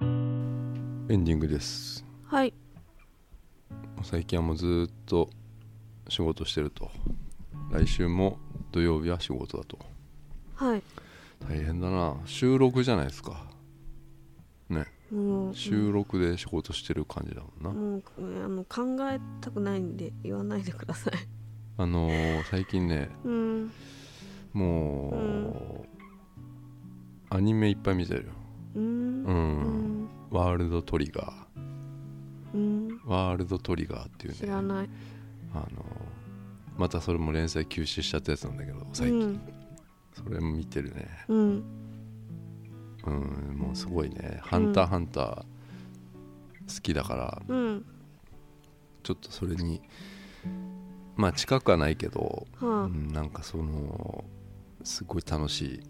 エンディングです
はい
最近はもうずっと仕事してると来週も土曜日は仕事だと
はい
大変だな収録じゃないですかね
もう
収録で仕事してる感じだもんな、
もううんあの考えたくないんで言わないでください
あのー最近ね
うん
もう、
うん
アニメいっぱい見てるよ
うん
う、
うんん
ワールドトリガ
うん
ーワールドトリガーっていうね
知らない
あのまたそれも連載休止しちゃったやつなんだけど最近、それも見てるね
うん
うんもうすごいね「ハンターハンター」好きだから
うん
ちょっとそれにまあ近くはないけど、う
はあ
ん、なんかそのすごい楽しい、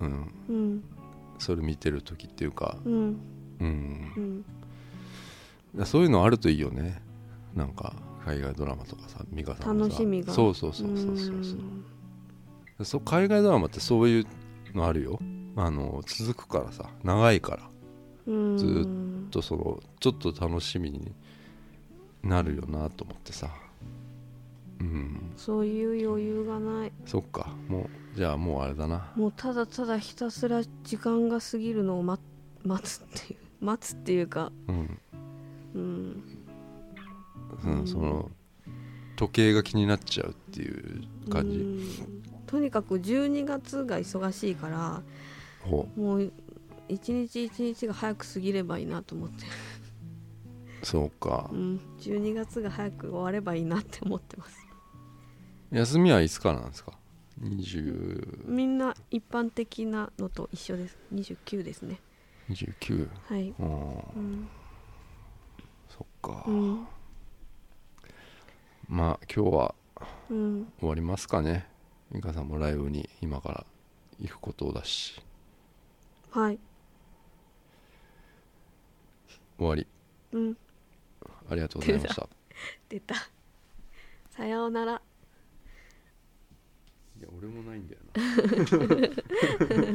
うん、
うん
それ見てる時っていうか、
うん
うん
う、ん
いやそういうのあるといいよねなんか海外ドラマとかさ美香さんもさ
楽しみが
そうそうそうそうそうそ
ん
うそう海外ドラマってそういうのあるよあの続くからさ長いから
うん
ずっとそのちょっと楽しみになるよなと思ってさうん
そういう余裕がない
そっかもうじゃあもうあれだな
もうただただひたすら時間が過ぎるのを待待つっていう待つっていうか
うん、
うん
うん
うん
その時計が気になっちゃうっていう感じ、
うんとにかく12月が忙しいから
ほ
もう一日一日が早く過ぎればいいなと思って、
うそうか
うん、12月が早く終わればいいなって思ってます
休みはいつからなんですか20
みんな一般的なのと一緒です29ですね
29
はい、
うん
うん
そっか、
うん
まあ今日は
うん、
終わりますかね美香さんもライブに今から行くことだし
はい、
終わり
うん、
ありがとうございました
出たさようなら
いや俺もないんだよな